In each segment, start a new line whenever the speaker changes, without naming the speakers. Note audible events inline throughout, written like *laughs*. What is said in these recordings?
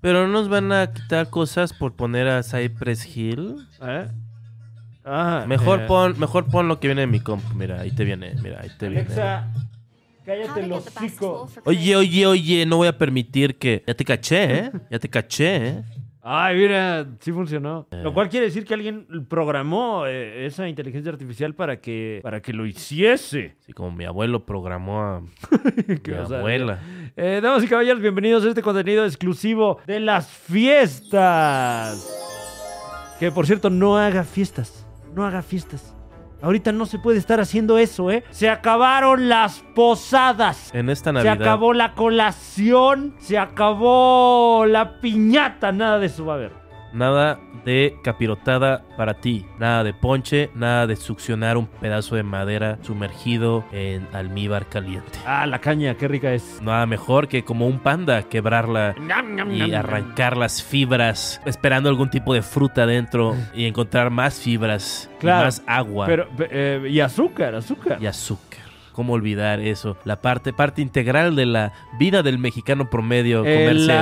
Pero no nos van a quitar cosas por poner a Cypress Hill.
¿Eh? Ah,
Mejor,
eh,
pon, mejor pon lo que viene de mi comp. Mira, ahí te viene. Mira, ahí te viene.
Alexa, cállate
How
el
to get the best tool
hocico.
for
Oye,
creating-
oye, oye, no voy a permitir que. Ya te caché, ¿eh? Ya te caché, ¿eh?
Ay, mira, sí funcionó. Lo cual quiere decir que alguien programó eh, esa inteligencia artificial para que, para que lo hiciese.
Así como mi abuelo programó
*laughs*
a mi
Qué osadía.
abuela.
Eh, damas y caballeros, bienvenidos a este contenido exclusivo de las fiestas. Que por cierto, no haga fiestas. No haga fiestas. Ahorita no se puede estar haciendo eso, ¿eh? Se acabaron las posadas.
En esta
Se
Navidad.
acabó la colación. Se acabó la piñata. Nada de eso va a haber.
Nada de capirotada para ti. Nada de ponche, nada de succionar un pedazo de madera sumergido en almíbar caliente.
Ah, la caña, qué rica es.
Nada mejor que como un panda quebrarla y arrancar las fibras, esperando algún tipo de fruta dentro y encontrar más fibras, y
Claro,
más agua
Pero, pe- eh, y azúcar, azúcar.
y azúcar. ¿Cómo olvidar eso? La parte, parte integral de la vida del mexicano promedio,
El
comerse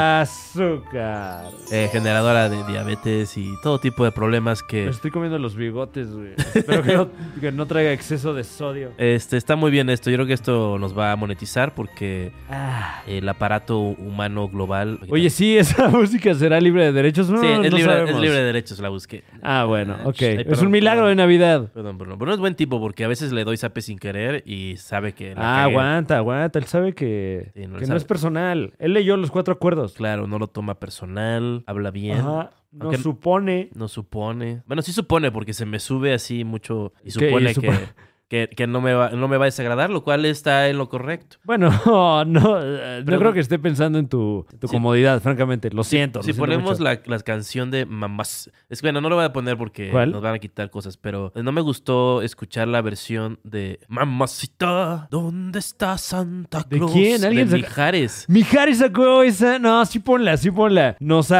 azúcar.
eh, generadora de diabetes y todo tipo de problemas que
Me estoy comiendo los bigotes, güey. Espero
*laughs*
que no, que no traiga exceso de sodio.
Este, está muy bien esto. Yo creo que esto nos va a monetizar porque
Ah.
el aparato humano global.
Oye, sí, esa *laughs* música será libre de derechos. No,
Sí,
no
es, libre,
sabemos.
es libre de derechos, la busqué.
Ah, bueno, ok.
Ay,
es
perdón,
un milagro de
perdón.
Navidad.
Perdón, Bruno. Bruno es buen tipo porque a veces le doy zape sin querer y sabe que. la
Ah,
cagué.
aguanta, aguanta. Él sabe que,
Sí, no le
que no
sabe.
es personal. Él leyó los cuatro acuerdos.
Claro, no lo toma personal, habla bien.
Ajá. No
Aunque-
supone.
No supone. Bueno, sí supone porque se me sube así mucho y
¿Qué? Y
supone que,
supo-
*laughs* que, que no, me va, no me va a desagradar, lo cual está en lo correcto.
Bueno, *laughs* no, eh, no
Pero-
creo que esté pensando en tu, en tu
Sí.
comodidad, francamente. Lo siento.
Si ponemos la, la canción de mamás. Es que bueno, no lo voy a poner porque
¿Cuál?
nos van a quitar cosas, pero no me gustó escuchar la versión de Mamacita, ¿dónde está Santa
¿De
Claus?
quién? ¿Alguien
de
saca-
Mijares.
Mijares sacó esa. No, sí ponla, sí ponla. Nos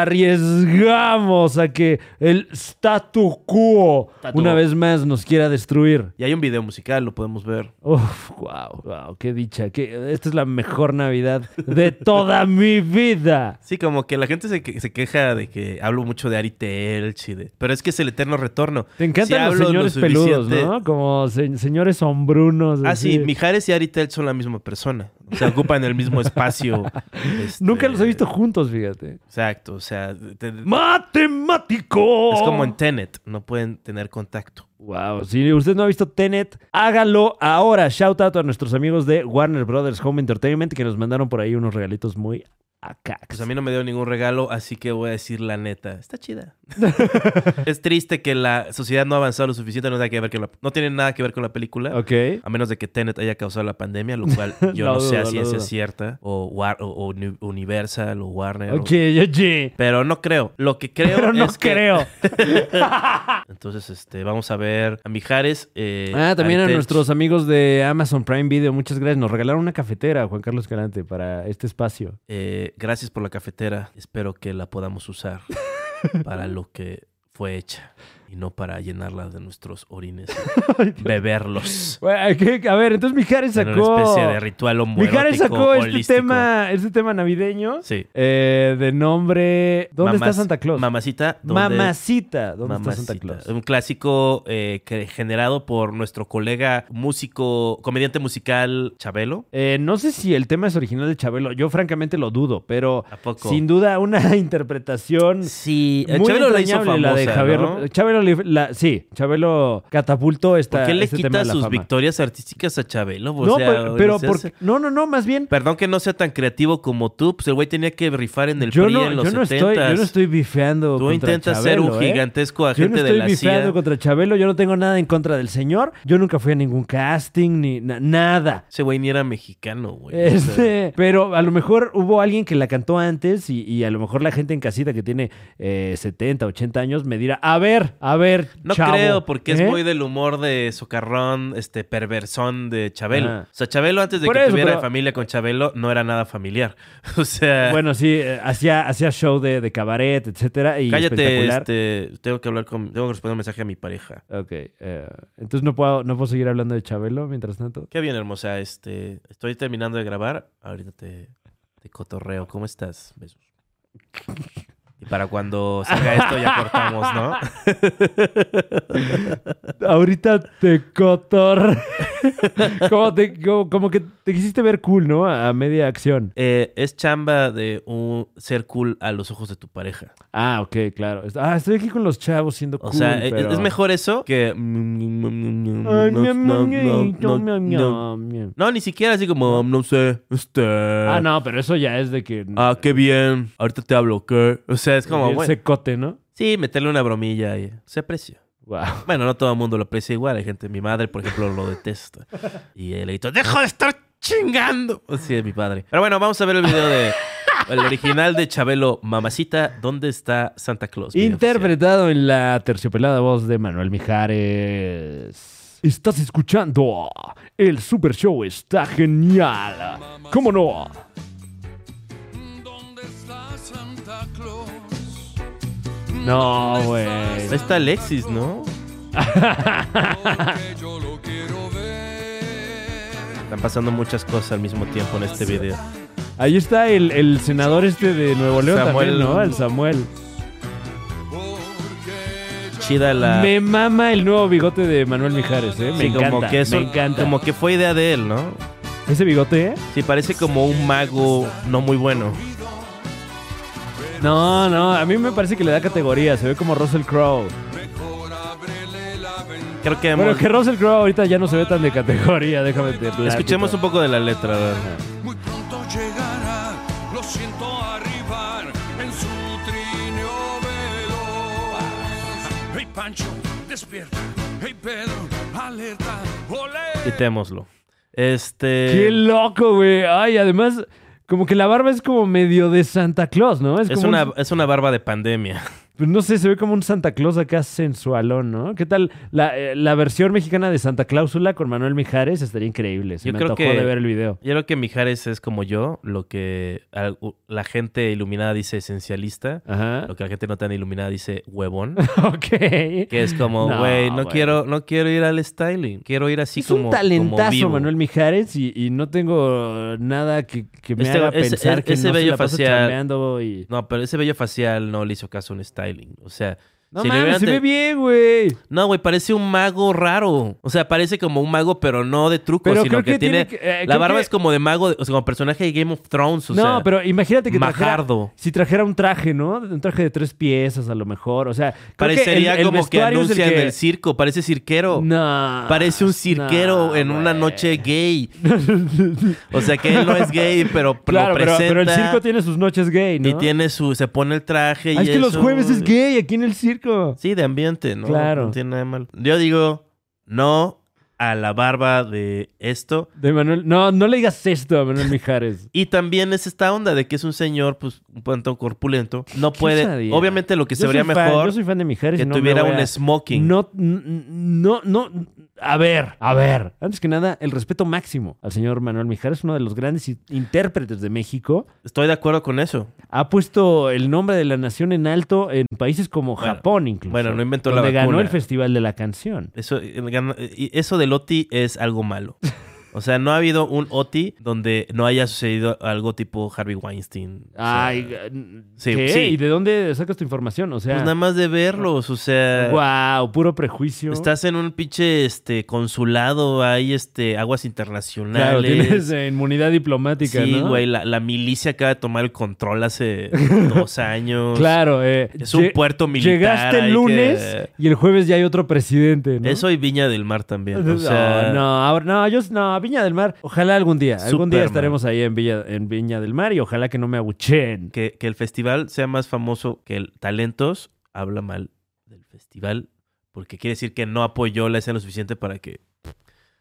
arriesgamos a que el statu quo
Statu
una
quo.
vez más nos quiera destruir.
Y hay un video musical, lo podemos ver.
Uf, wow, wow, qué dicha. qué- esta es la mejor Navidad
*laughs*
de toda mi vida.
Sí, como que la gente se, que- se queja de que hablo mucho de Ari Telch y de... Pero es que es el eterno retorno.
Te
Si
encantan
hablo
los
lo
señores peludos,
suficiente-
¿no? Como se- señores hombrunos.
Ah, sí,
así.
Mijares y Ari Telch son la misma persona. Se ocupan el mismo
*laughs*
espacio. este,
Nunca los he visto juntos, fíjate.
Exacto, o sea... te-
¡Matemático!
Es como en Tenet, no pueden tener contacto.
Wow, si usted no ha visto Tenet, hágalo ahora. Shout out a nuestros amigos de Warner Brothers Home Entertainment que nos mandaron por ahí unos regalitos muy acá.
Pues a mí no me dio ningún regalo, así que voy a decir la neta. Está
*laughs*
chida. es triste que la sociedad no ha avanzado lo suficiente, no, tiene que ver con la- no tiene nada que ver con la película.
Ok.
A menos de que Tenet haya causado la pandemia, lo
*laughs*
cual yo
Lo
no sé
dudo,
a
lo
ciencia
dudo.
cierta. O, War- o- o Uni- Universal o Warner. o-
Ok, oye.
Pero no creo. Lo que creo
Pero no
es que-
creo.
Entonces, este, vamos a ver a Mijares. eh,
Ah, también a
Aritech.
nuestros amigos de Amazon Prime Video, muchas gracias. Nos regalaron una cafetera, Juan Carlos Calante, para este espacio.
Eh, gracias por la cafetera. Espero que la podamos
*laughs*
usar para lo que fue hecha y no para llenarla de nuestros orines,
*laughs*
y beberlos.
Bueno, ¿qué? A ver, entonces Mijares
En
sacó.
una especie de ritual homoerótico
Mijares sacó este
holístico.
tema, este tema navideño
Sí.
eh, de nombre. ¿Dónde está
Mamás-
Santa Claus?
Mamacita. ¿dónde-
Mamacita. ¿Dónde está Santa
Mamacita?
Claus?
Un clásico eh, que- generado por nuestro colega músico, comediante musical Chabelo.
Eh, no sé si el tema es original de Chabelo. Yo francamente lo dudo, pero
¿A poco?
sin duda una *laughs* interpretación
Sí, eh,
muy
Chabelo la hizo
entrañable
famosa,
de Javier.
¿no?
López- Chabelo, le- la- sí, Chabelo catapultó esta.
¿Por qué le
este tema
quita
de la
sus
fama.
victorias artísticas a Chabelo? O
no,
sea,
pero, pero
se
por-
hace-
no, no, no, más bien.
Perdón que no sea tan creativo como tú, pues el güey tenía que rifar en el
Yo
PRI
no,
en los
yo, no estoy,
70s.
yo no estoy bifeando
Tú
contra
intentas ser
Chabelo,
un
¿eh?
gigantesco
Yo no
agente
estoy
de la CIA.
bifeando contra Chabelo, yo no tengo nada en contra del señor. Yo nunca fui a ningún casting ni na- nada.
Ese güey ni era mexicano, güey. O sea,
Este, pero a lo mejor hubo alguien que la cantó antes y, y a lo mejor la gente en casita que tiene eh, 70, 80 años me dirá, a ver, a ver,
no
chavo,
creo, porque es
¿eh?".
muy del humor de socarrón, este perversón de Chabelo.
Ajá.
O sea, Chabelo antes de
Por
que
eso,
tuviera
pero-
familia con Chabelo no era nada familiar. *laughs* O sea,
Bueno, sí, eh, hacía, hacía show de, de cabaret, etcétera, y
cállate,
espectacular.
este, tengo que hablar con, tengo que responder un mensaje a mi pareja.
Ok, eh, entonces no puedo, no puedo seguir hablando de Chabelo mientras tanto.
Qué bien, hermosa. Este, estoy terminando de grabar. Ahorita te, te cotorreo. ¿Cómo estás? Besos. Y para cuando salga esto ya cortamos,
*laughs*
¿no?
Ahorita te cotor. *laughs* como, te- como- como que te quisiste ver cool, ¿no? A, a media acción.
Eh, es chamba de un ser cool a los ojos de tu pareja.
Ah, ok, claro. Ah, estoy aquí con los chavos siendo
O
cool.
sea, e-
pero-
es mejor eso que...
Ay,
Mm, No,
miam,
no,
miam,
no, no,
miam,
no.
miam, miam.
No, ni siquiera así como, no sé, este...
Ah, no, pero eso ya es de que.
Ah, qué bien. Ahorita te hablo, ¿qué? O sea, es como,
el
bueno.
secote, ¿no?
Sí, meterle una bromilla ahí. Se aprecia.
*laughs* Wow.
Bueno, no todo el mundo lo aprecia igual. Hay gente, mi madre, por ejemplo, lo detesta. Y él le grito, ¡dejo de estar chingando! Así es mi padre. Pero bueno, vamos a ver el video de... El original de Chabelo, Mamacita, ¿dónde está Santa Claus? Video
Interpretado en la terciopelada voz de Manuel Mijares. Estás escuchando. El Super Show está genial. ¿Cómo no?
¿Dónde está Santa Claus?
No, güey.
oficial. Ahí está Alexis, ¿no?
Porque yo lo quiero ver.
Están pasando muchas cosas al mismo tiempo en este video.
Ahí está el, el senador este de Nuevo León también,
Samuel.
¿no? El Samuel.
Porque yo
Chida la...
Me mama el nuevo bigote de Manuel Mijares, ¿eh? Me
sí,
encanta.
como que eso-
me encanta.
Como que fue idea de él, ¿no?
Ese bigote, ¿eh?
Sí, parece como un mago no muy bueno.
No, no. A mí me parece que le da categoría. Se ve como Russell Crowe.
mejor ábrele la ventana.
Creo que...
Bueno,
hemos-
que Russell Crowe ahorita ya no se ve tan de categoría. Déjame te platico.
Escuchemos un poco de la letra. ¿verdad?
Muy pronto llegará. Lo siento arribar en su trineo veloz. Hey Pancho, despierta. Hey Pedro, alerta. Ole.
Quitémoslo. Este...
Qué loco, güey. Ay, además, como que la barba es como medio de Santa Claus, ¿no?
Es
como
una,
un-
es una barba de pandemia. *laughs*
pues no sé, se ve como un Santa Claus acá sensualón, ¿no? ¿Qué tal? La, eh, la versión mexicana de Santa Cláusula con Manuel Mijares estaría increíble. Se
Yo
me
creo
antojó
que-
de ver el video.
Yo creo que Mijares es como yo, lo que al- u- la gente iluminada dice esencialista,
Ajá.
lo que la gente no tan iluminada dice
*laughs*
huevón,
Ok.
que es como,
No,
güey, no,
güey.
quiero no quiero ir al styling, quiero ir así
es
como
un
como
talentazo
vivo.
Manuel Mijares y, y no tengo nada que, que me
Este-
haga
ese-
pensar que
ese
no se
vello
la paso
facial-
chambeando y...
No, pero ese vello facial no le hizo caso a un styling, o sea,
No
si le
mames,
hubieran
se
te-
ve bien, güey.
No, güey, parece un mago raro. O sea, parece como un mago, pero no de trucos,
Pero
sino
creo
que,
que tiene
tiene...
que- eh,
la
creo
barba
que-
es como de mago, de- o sea, como personaje de Game of Thrones, o
no,
sea,
pero imagínate que trajera-
majardo.
Si trajera un traje, ¿no? Un traje de tres piezas, a lo mejor. O sea, creo que
Parecería
el- el
como que
vestuario es el
anuncian
que-
el circo, parece cirquero.
No.
Parece un cirquero
no,
en una
Ah, güey.
noche gay. o sea que él no es gay, pero
Claro,
lo
pero,
presenta.
pero el circo tiene sus noches gay, ¿no?
Y tiene su. Se pone el traje. y
Ah, es que los
eso.
jueves es gay aquí en el circo.
Sí, de ambiente, ¿no?
Claro.
No tiene nada de malo. Yo digo, no a la barba de esto.
De Manuel. No, no le digas esto a Manuel Mijares.
Y también es esta onda de que es un señor, pues, un tanto corpulento. No
Qué
puede.
osadía.
Obviamente, lo *laughs* que
Yo
se vería
soy fan-
mejor
yo soy fan de Mijares.
que
y no me
tuviera
voy
un
a-
smoking.
No, n- n- no, no. A ver, a ver. Antes que nada, el respeto máximo al señor Manuel Mijares, uno de los grandes i- intérpretes de México.
Estoy de acuerdo con eso.
ha puesto el nombre de la nación en alto en países como
Bueno,
Japón incluso.
bueno, no inventó la
donde ganó
vacuna.
el festival de la canción.
Eso, eh, el gan- y eso del OTI es algo
*laughs*
malo. O sea, no ha habido un OTI donde no haya sucedido algo tipo Harvey Weinstein. O sea,
Ay,
sí,
¿qué?
sí.
¿Y de dónde sacas tu información? O
Pues
sea,
nada más de verlos, o sea...
wow, puro prejuicio.
Estás en un pinche este, consulado, hay este, aguas
claro,
internacionales.
tienes eh, inmunidad diplomática,
sí,
¿no?
güey, la, la milicia acaba de tomar el control
*laughs*
hace dos años.
Claro, eh,
Es un
lle-
puerto militar. hay
Llegaste el
que-
lunes y el jueves ya hay otro presidente, ¿no?
Eso y Viña del Mar también. O sea,
*laughs* no, no, ahora- no, yo no, Viña del Mar. Ojalá algún día, algún día
Superman.
estaremos ahí en Villa, en Viña del Mar y ojalá que no me abucheen.
que, que el festival sea más famoso que el Talentos habla mal del festival porque quiere decir que no apoyó la escena lo suficiente para que...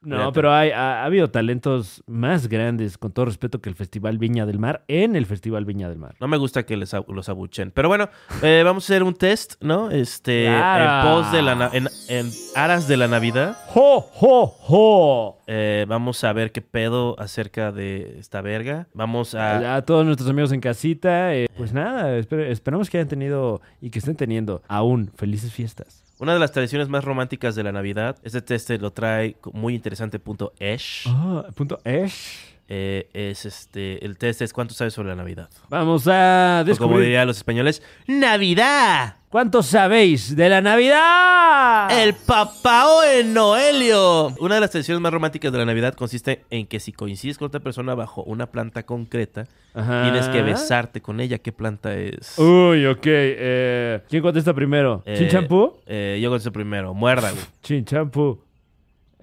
No,
Fíjate.
pero hay, ha, ha habido talentos más grandes, con todo respeto, que el Festival Viña del Mar en el Festival Viña del Mar.
No me gusta que les, ab- los abuchen. Pero bueno, eh, vamos a hacer un test, ¿no? Este,
Claro.
en pos de la... na- En, en aras de la Navidad.
¡Jo, jo, jo!
eh, vamos a ver qué pedo acerca de esta verga. Vamos a...
A, a todos nuestros amigos en casita, eh, pues nada, esper- esperamos que hayan tenido y que estén teniendo aún felices fiestas.
Una de las tradiciones más románticas de la Navidad. Este test lo trae muy interesante punto esh.
Ah, punto es.
eh, es este. El test es cuánto sabes sobre la Navidad.
Vamos a
O Pues como
descubrir.
dirían los españoles, ¡Navidad!
¿Cuánto sabéis de la Navidad?
¡El Papá Noel Noelio! Una de las tradiciones más románticas de la Navidad consiste en que si coincides con otra persona bajo una planta concreta,
Ajá. Uh,
tienes que besarte con ella. ¿Qué planta es?
Uy, ok. eh, ¿Quién contesta primero?
Eh,
¿Chinchampú?
eh, yo contesto primero. Muerda, güey.
Chinchampú.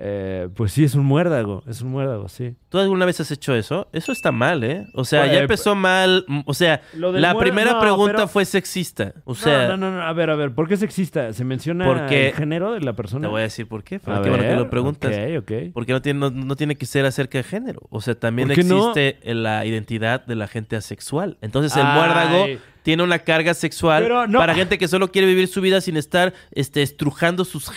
Eh, pues sí, es un muérdago. Es un muérdago, sí.
¿Tú alguna vez has hecho eso? Eso está mal, ¿eh? O sea,
Pues,
ya empezó mal. mm, O sea,
lo del
la
muer-
primera
no,
pregunta
pero-
fue sexista. O sea,
no, no, no, no. A ver, a ver. ¿Por qué sexista? ¿Se menciona
Porque-
el género de la
te
persona?
voy a decir por qué. Pero
A
qué bueno que
ver,
lo preguntas.
Ok, ok.
Porque no tiene, no, no tiene que ser acerca de género. O sea, también
¿Por qué no?
existe eh, la identidad de la gente asexual. Entonces, el
Ay.
muérdago tiene una carga sexual
Pero no-
para gente que solo quiere vivir su vida sin estar este, estrujando sus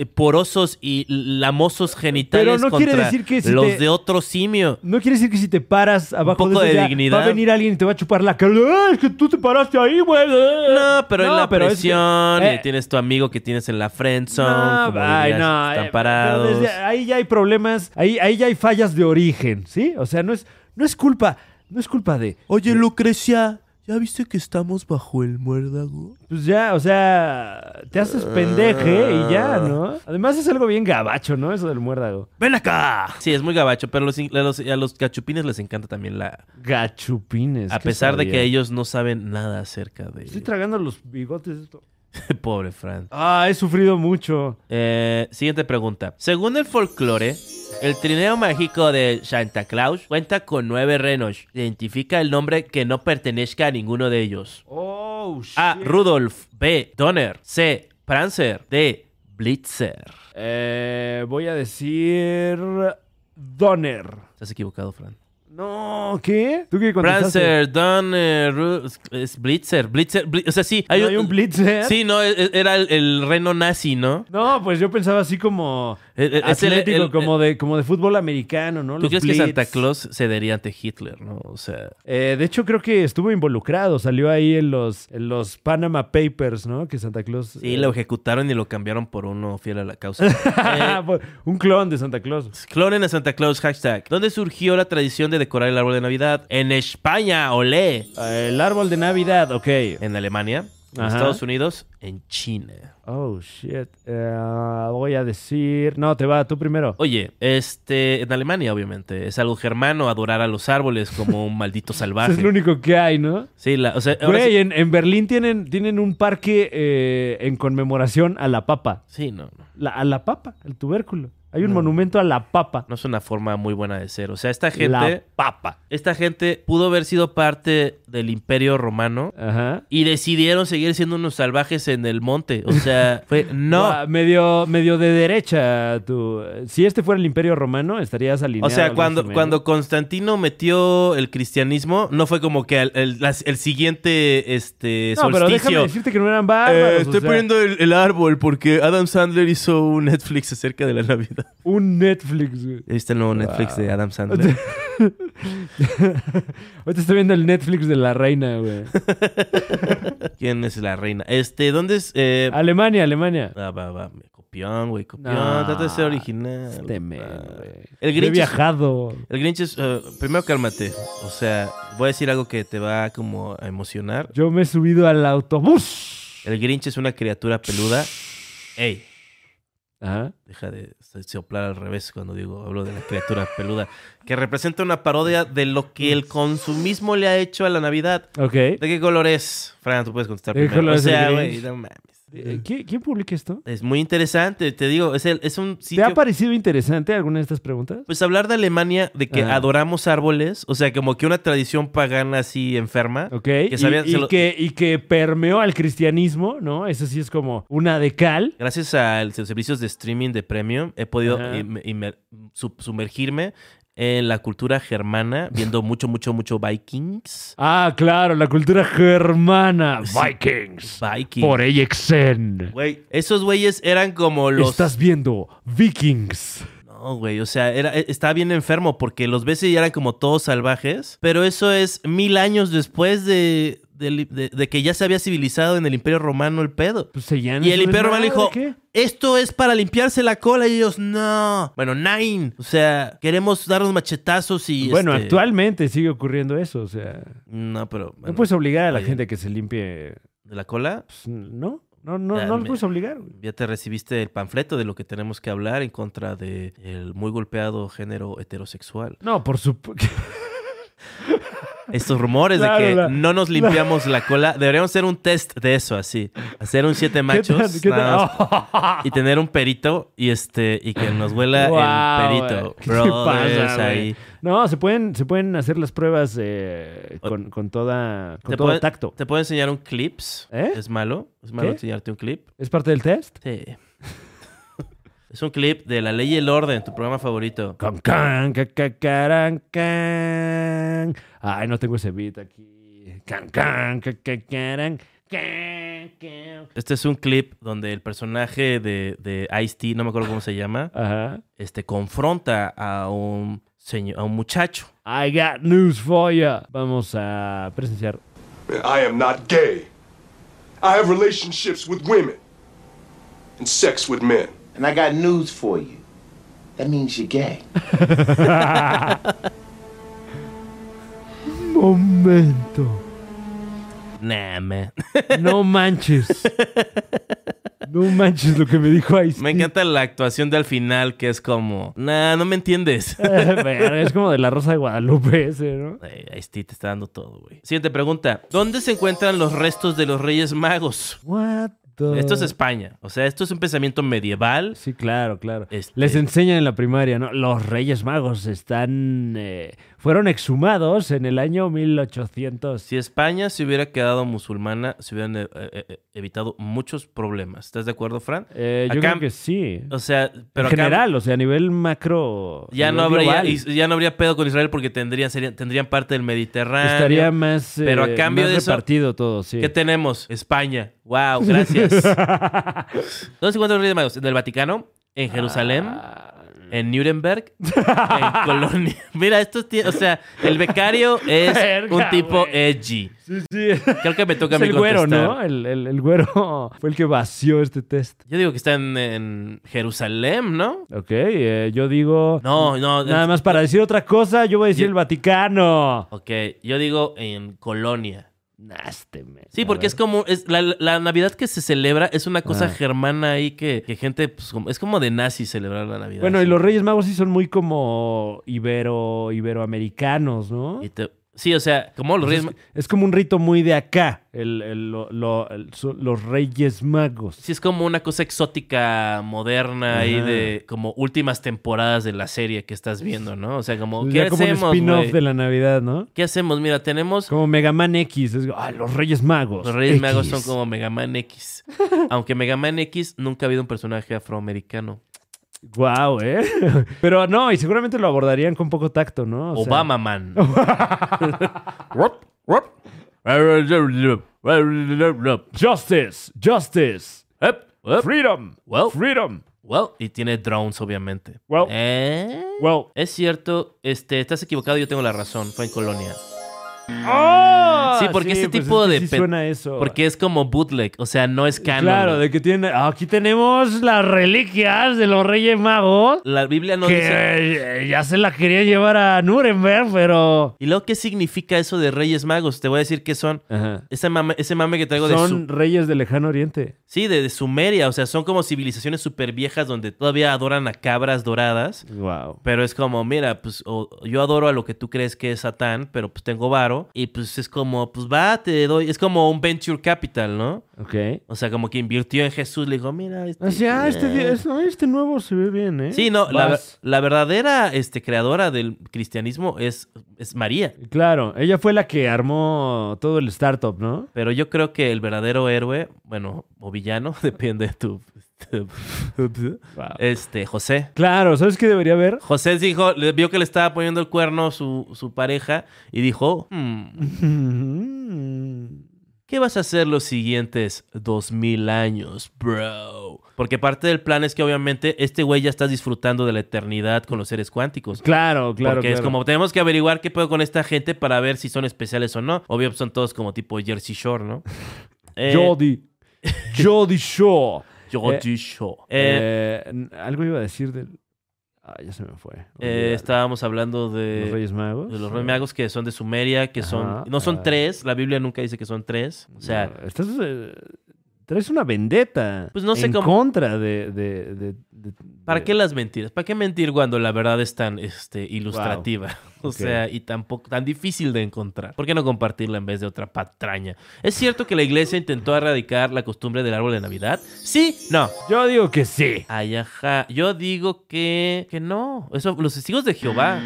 eh, porosos y lamosos genitales
Pero no quiere
contra
decir que si
los
te-
de otro simio.
No quiere decir que si te paras abajo
poco
eso
de
ya
dignidad.
va a venir alguien y te va a chupar la cara. ¡Ah, Es que tú te paraste ahí, güey.
No, pero en la
pero es que-
presión
eh,
y tienes tu amigo que tienes en la friendzone.
No,
como
ay,
dirías,
no, eh,
están
pero
parados.
desde ah, ahí ya hay problemas, ahí, ahí ya hay fallas de origen, ¿sí? O sea, no es, no es culpa, no es culpa de,
Oye, Lucrecia, ¿ya viste que estamos bajo el muérdago?
pues ya, o sea, te haces pendeje y ya, ¿no? Además es algo bien gabacho, ¿no? Eso del muérdago.
¡Ven acá! Sí, es muy gabacho, pero los in- a, los, a los cachupines les encanta también la...
Gachupines.
a
¿qué
pesar de
sabía?
que ellos no saben nada acerca de...
Estoy tragando los bigotes. Esto.
*laughs* Pobre Fran.
Ah, he sufrido mucho.
Eh, siguiente pregunta. Según el folclore, el trineo mágico de Santa Claus cuenta con nueve renos. Identifica el nombre que no pertenezca a ninguno de ellos.
Oh, shit.
A. Rudolf. B. Donner. C. Prancer. D. Blitzer.
Eh, voy a decir Donner.
Estás equivocado, Fran.
No, ¿qué? ¿Tú qué contestaste?
Prancer, Donner, Ru- es Blitzer. Blitzer, Bli- o sea, sí.
¿No ¿Hay un blitzer?
Sí, no, e- e- era el, el reno nazi, ¿no?
No, pues yo pensaba así como
Eh, eh, es el-
atlético,
el-
como, de, como de fútbol americano, ¿no?
¿Tú
Los
crees
blitz.
que Santa Claus cedería ante Hitler, no? O sea,
Eh, de hecho, creo que estuvo involucrado. Salió ahí en los, en los Panama Papers, ¿no? Que Santa Claus...
sí,
eh, *laughs*
lo ejecutaron y lo cambiaron por uno fiel a la causa. *laughs* Eh,
Un clon de Santa Claus.
Clonen a Santa Claus, hashtag. ¿Dónde surgió la tradición de decorar el árbol de Navidad? En España, olé.
Eh, el árbol de Navidad, ok.
En Alemania, en
Ajá.
Estados Unidos, en China.
Oh, shit. Eh, voy a decir... No, te va, tú primero.
Oye, este, en Alemania, obviamente, es algo germano adorar a los árboles como un *laughs* maldito
Eso
salvaje.
es lo único que hay, ¿no?
Sí, la, o sea, ahora
Güey,
sí,
en, en Berlín tienen, tienen un parque eh, en conmemoración a la papa.
sí, no, no.
La- a la papa, el tubérculo. Hay un monumento a la papa.
No es una forma muy buena de ser. O sea, esta
La
gente,
papa.
esta gente pudo haber sido parte del Imperio Romano
Ajá.
y decidieron seguir siendo unos salvajes en el monte. O
*laughs*
sea, fue no.
Ah, medio, medio de derecha. tú. Si este fuera el Imperio Romano, estarías alineado.
O sea,
al
cuando,
régimen.
cuando Constantino metió el cristianismo, no fue como que al- el, las- el siguiente este,
No, pero déjame
solsticio.
decirte que no eran
Eh,
bárbaros. o
estoy
sea,
poniendo el, el árbol porque Adam Sandler hizo un Netflix acerca de la Navidad.
Un Netflix, güey.
¿Viste el Este nuevo Netflix de Adam Sandler?
*laughs* Ahorita estoy viendo el Netflix de la
*laughs*
reina, güey.
¿Quién es la reina? Este, ¿dónde es? Eh,
Alemania, Alemania.
ah, va, va, me- copión, güey, copión.
No,
Trata de ser original.
Este men,
va.
güey.
El
Yo He
Grinch es-
viajado.
El Grinch es... eh, primero cálmate. O sea, voy a decir algo que te va como a emocionar.
Yo me he subido al autobús.
El Grinch es una criatura peluda. Ey,
Ajá.
Deja de so- soplar al revés cuando digo, hablo de la criatura peluda. Que representa una parodia de lo que el consumismo le ha hecho a la Navidad.
Ok.
¿De qué color es? Fran, tú puedes contestar
¿De qué
primero.
color
O
es el
sea,
Grinch?
güey, no mames.
Eh, ¿Quién, quién publica esto?
Es muy interesante, te digo. Es, el- es un
¿Te
sitio...
ha parecido interesante alguna de estas preguntas?
Pues hablar de Alemania, de que
Ah.
adoramos árboles. O sea, como que una tradición pagana así enferma.
Ok.
Que
y,
sabían-
y
se lo-
que, y que permeó al cristianismo, ¿no? Eso sí es como una de cal.
Gracias a los servicios de streaming de Premium, he podido
Ajá.
im- imer- sub- sumergirme en la cultura germana,
*laughs*
viendo mucho, mucho, mucho Vikings.
Ah, claro, la cultura germana.
Sí.
Vikings.
Vikings.
Por Eyexen.
Güey, esos güeyes eran como los.
Estás viendo Vikings.
No, güey, o sea, era, eh, estaba bien enfermo porque los ves y eran como todos salvajes. Pero eso es mil años después de, del- de, de que ya se había civilizado en el Imperio Romano el pedo.
Pues seguían
Y el
ese
Imperio Romano
desmadre,
dijo,
¿qué?
esto es para limpiarse la cola. Y ellos, no. Bueno, nine. O sea, queremos darnos machetazos y...
Bueno,
este,
actualmente sigue ocurriendo eso, o sea,
No, pero... bueno,
no puedes obligar a la
oye.
gente a que se limpie,
¿De la cola?
pues, no, no, no,
Ya,
no lo
me-
puedes obligar. güey.
Ya te recibiste el panfleto de lo que tenemos que hablar en contra del muy golpeado género heterosexual.
No, por supuesto. *laughs*
Estos rumores
Claro,
de que
la-
no nos limpiamos la cola. Deberíamos hacer un test de eso, así. Hacer un
*laughs*
siete machos nada más,
Oh,
y tener un perito y este y que nos huela el perito.
¿Qué te
Brothers,
pasa, güey?
ahí.
No, se pueden, se pueden hacer las pruebas eh, con, con toda, con
¿Te
todo
puedo-
tacto.
¿Te puedo enseñar un clips?
¿Eh?
¿Es malo? ¿Es malo
¿Qué?
enseñarte un clip?
¿Es parte del test?
Sí. *laughs* es un clip de La Ley y el Orden, tu programa favorito.
Can, can, ca, ca, caran, can. Ay, no tengo ese beat aquí. Can, can, ca, ca, caran, can, can.
Este es un clip donde el personaje de, de Ice-T, no me acuerdo cómo se llama,
Ajá.
este, confronta a un, señor, a un muchacho.
I got news for ya. Vamos a presenciar.
I am not gay. I have relationships with women and sex with men.
And I got news for you. That means you're gay.
Momento.
Nah, man. *laughs*
No manches. No manches lo que me dijo Ice.
Me encanta la actuación del final que es como, nah, no me entiendes. *laughs*
*laughs* es como de la Rosa de Guadalupe ese, ¿no?
Ay, Ice-T te está dando todo, güey. Siguiente pregunta. ¿Dónde se encuentran los restos de los Reyes Magos?
What the-
Esto es España. O sea, esto es un pensamiento medieval.
Sí, claro, claro.
Este-
Les enseñan en la primaria, ¿no? Los Reyes Magos están... eh, fueron exhumados en el año 1800.
Si España se hubiera quedado musulmana, se hubieran eh, eh, eh, evitado muchos problemas. ¿Estás de acuerdo, Fran?
Eh, yo
Acá-
creo que sí.
O sea, pero
en
acá-
general, o sea, a nivel macro... a
Ya no,
nivel
habría,
global,
y- ya no habría pedo con Israel porque tendrían, serían- tendrían parte del Mediterráneo.
Estaría más, eh,
pero a cambio
más
de eso-
repartido todo, sí.
¿Qué tenemos? España. Wow, gracias.
*laughs*
¿Dónde se encuentran los Reyes Magos? ¿En el Vaticano? ¿En Jerusalén?
Ah.
¿En Nuremberg?
*laughs*
¿En Colonia? *laughs* Mira, esto tiene... O sea, el becario es
Verga,
un tipo
güey.
edgy. *laughs*
Sí, sí. Es
Creo que me toca a mí
el güero,
contestar.
¿no? El, el- el güero *laughs* fue el que vació este test.
Yo digo que están en Jerusalén, ¿no?
Ok, eh, yo digo...
No, no.
Nada
es-
más para decir otra cosa, yo voy a decir
Yo-
el Vaticano.
Ok, yo digo en Colonia.
Násteme.
Sí, porque es como, es la, la Navidad que se celebra es una cosa
Ah.
germana ahí que, que gente, pues, como- es como de nazi celebrar la Navidad.
Bueno,
Sí.
y los Reyes Magos sí son muy como ibero, iberoamericanos, ¿no?
Y te- sí, o sea, como los Reyes
Pues Es, es como un rito muy de acá, el, el- lo- lo- el- so- los Reyes Magos.
Sí, es como una cosa exótica, moderna, ahí
Ajá.
de como últimas temporadas de la serie que estás viendo, ¿no? O sea, como, ¿qué
Ya como un
hacemos?
spin-off
güey?
de la Navidad, ¿no?
¿Qué hacemos? Mira, tenemos.
Como Mega Man X. es- ah, los Reyes Magos.
Los Reyes Magos
X.
son como Megaman X. Aunque Megaman X nunca ha habido un personaje afroamericano.
Guau, ¿eh? *laughs* Pero no, y seguramente lo abordarían con poco tacto, ¿no? O sea,
Obama
*laughs*
Man. Rup, rup. Ep,
Justice, Justice,
ep.
Freedom,
Well.
Freedom.
Well, y tiene drones, obviamente.
Well.
¿Eh?
Well,
Es cierto, este, estás equivocado, yo tengo la razón. Fue en Colonia.
¡Ah!
Sí, porque este
pues
tipo
es que
de
sí
pe-
suena eso.
Porque es como bootleg, o sea, no es canon.
Oh. claro,
güey.
de que tiene aquí tenemos las reliquias de los Reyes Magos
La Biblia no
que
dice.
eh, ya se las quería llevar a Nuremberg, pero
¿Y luego qué significa eso de Reyes Magos? Te voy a decir que son. Ese mame, ese mame que traigo de,
son
su-
reyes del lejano oriente.
sí, de, de Sumeria. O sea, son como civilizaciones súper viejas donde todavía adoran a cabras doradas.
Wow.
Pero es como, mira, pues o- yo adoro a lo que tú crees que es Satán, pero pues tengo varo. Y pues es como, pues va, te doy. Es como un venture capital, ¿no?
Ok.
O sea, como que invirtió en Jesús, le dijo, mira. Este,
O sea, ah, este, di-
eh".
es- ah, este nuevo se ve bien, ¿eh?
Sí, no, la,
Vas.
la verdadera este, creadora del cristianismo es, es María.
Claro, ella fue la que armó todo el startup, ¿no?
Pero yo creo que el verdadero héroe, bueno, o villano, *laughs* depende de tu. *laughs*
Wow.
Este, José.
Eh, Claro, ¿sabes qué debería haber?
José dijo, le- vio que le estaba poniendo el cuerno su, su pareja y dijo: "Hmm,
Mm.
¿Qué vas a hacer los siguientes dos mil años, bro? Porque parte del plan es que obviamente este güey ya está disfrutando de la eternidad con los seres cuánticos.
Claro, claro.
Porque es
claro.
como, tenemos que averiguar qué puedo con esta gente para ver si son especiales o no. Obvio, son todos como tipo Jersey Shore,
*laughs*
¿no? Eh, *laughs*
Jody. Jody Shaw.
Jody Shore. Eh,
Eh, n- algo iba a decir del. Ah, ya se me fue.
eh,
Olvídalo.
estábamos hablando de...
Los Reyes Magos.
De los Reyes Magos que son de Sumeria, que son...
Ajá,
no son
ah.
tres, la Biblia nunca dice que son tres. O sea,
No, estás. eh, traes una vendetta.
Pues no sé
en
cómo-
contra de. de, de- de-
¿para
de-
qué las mentiras? ¿Para qué mentir cuando la verdad es tan este, ilustrativa? *laughs* O
Ok.
sea, y tampoco tan difícil de encontrar. ¿Por qué no compartirla en vez de otra patraña? ¿Es cierto que la iglesia intentó erradicar la costumbre del árbol de Navidad? Sí, no.
Yo digo que sí.
Ay, ajá. Yo digo que. que no. Eso, los testigos de Jehová.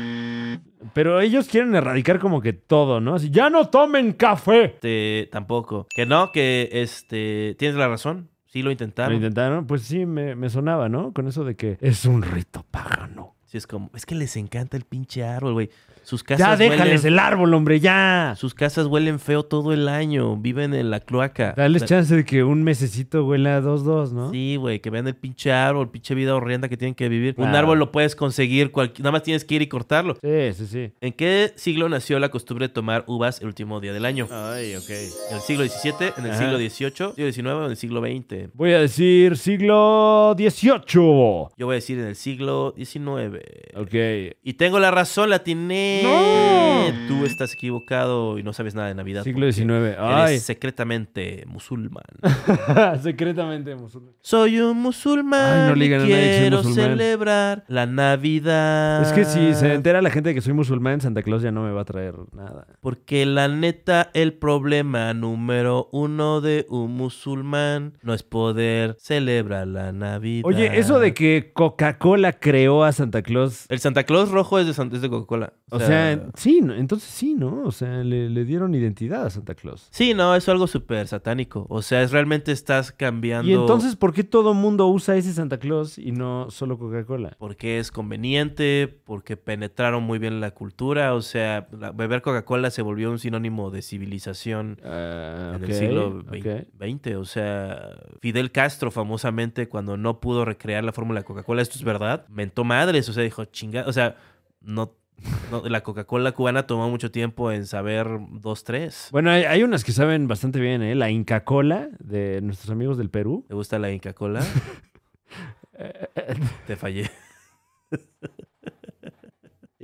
Pero ellos quieren erradicar como que todo, ¿no? Así, ya no tomen café.
Este, tampoco. Que no, que este. Tienes la razón. Sí lo
Lo
intentaron.
intentaron, pues sí, me, me sonaba, ¿no? Con eso de que es un rito pagano.
Sí, es como. Es que les encanta el pinche árbol, güey. Sus
Ya
casas.
déjales
huelen,
el árbol, hombre, ya.
Sus casas huelen feo todo el año. Viven en la cloaca.
Dales
La-
chance de que un mesecito huela a 2-2, ¿no?
Sí, güey, que vean el pinche árbol, pinche vida horrenda que tienen que vivir. Un
Claro.
árbol lo puedes conseguir, cualqui- nada más tienes que ir y cortarlo.
sí, sí. sí.
¿En qué siglo nació la costumbre de tomar uvas el último día del año?
Ay, ok.
¿En el siglo XVII, en el
Ajá.
siglo XVIII, siglo XIX o en el siglo XX?
Voy a decir siglo XVIII.
Yo voy a decir en el siglo XIX.
Ok. *laughs*
Y tengo la razón, la atiné.
¡No!
Tú estás equivocado y no sabes nada de Navidad.
Siglo
porque
XIX. Ay.
Eres secretamente musulmán. *laughs*
Secretamente musulmán.
Soy un musulmán.
Ay, no le
y
digan a nadie que soy
quiero
musulmán.
celebrar la Navidad.
Es que si se entera la gente de que soy musulmán, Santa Claus ya no me va a traer nada.
Porque la neta, el problema número uno de un musulmán no es poder celebrar la Navidad.
Oye, eso de que Coca-Cola creó a Santa Claus.
El Santa Claus rojo es de, San- es de Coca-Cola.
O sea, sí, ¿no? entonces sí, ¿no? O sea, le, le dieron identidad a Santa Claus.
Sí, no, es algo súper satánico. O sea, es realmente estás cambiando...
Y entonces, ¿por qué todo mundo usa ese Santa Claus y no solo Coca-Cola?
Porque es conveniente, porque penetraron muy bien la cultura. O sea, la- beber Coca-Cola se volvió un sinónimo de civilización.
Ah,
en
ok,
el siglo
ok.
XX. O sea, Fidel Castro famosamente cuando no pudo recrear la fórmula Coca-Cola, esto es verdad, mentó madres, o sea, dijo chinga, o sea, no, no, la Coca-Cola cubana tomó mucho tiempo en saber dos, tres.
Bueno, hay, hay unas que saben bastante bien, ¿eh? La Inca Cola de nuestros amigos del Perú.
¿Te gusta la Inca
*laughs*
Cola? Te fallé.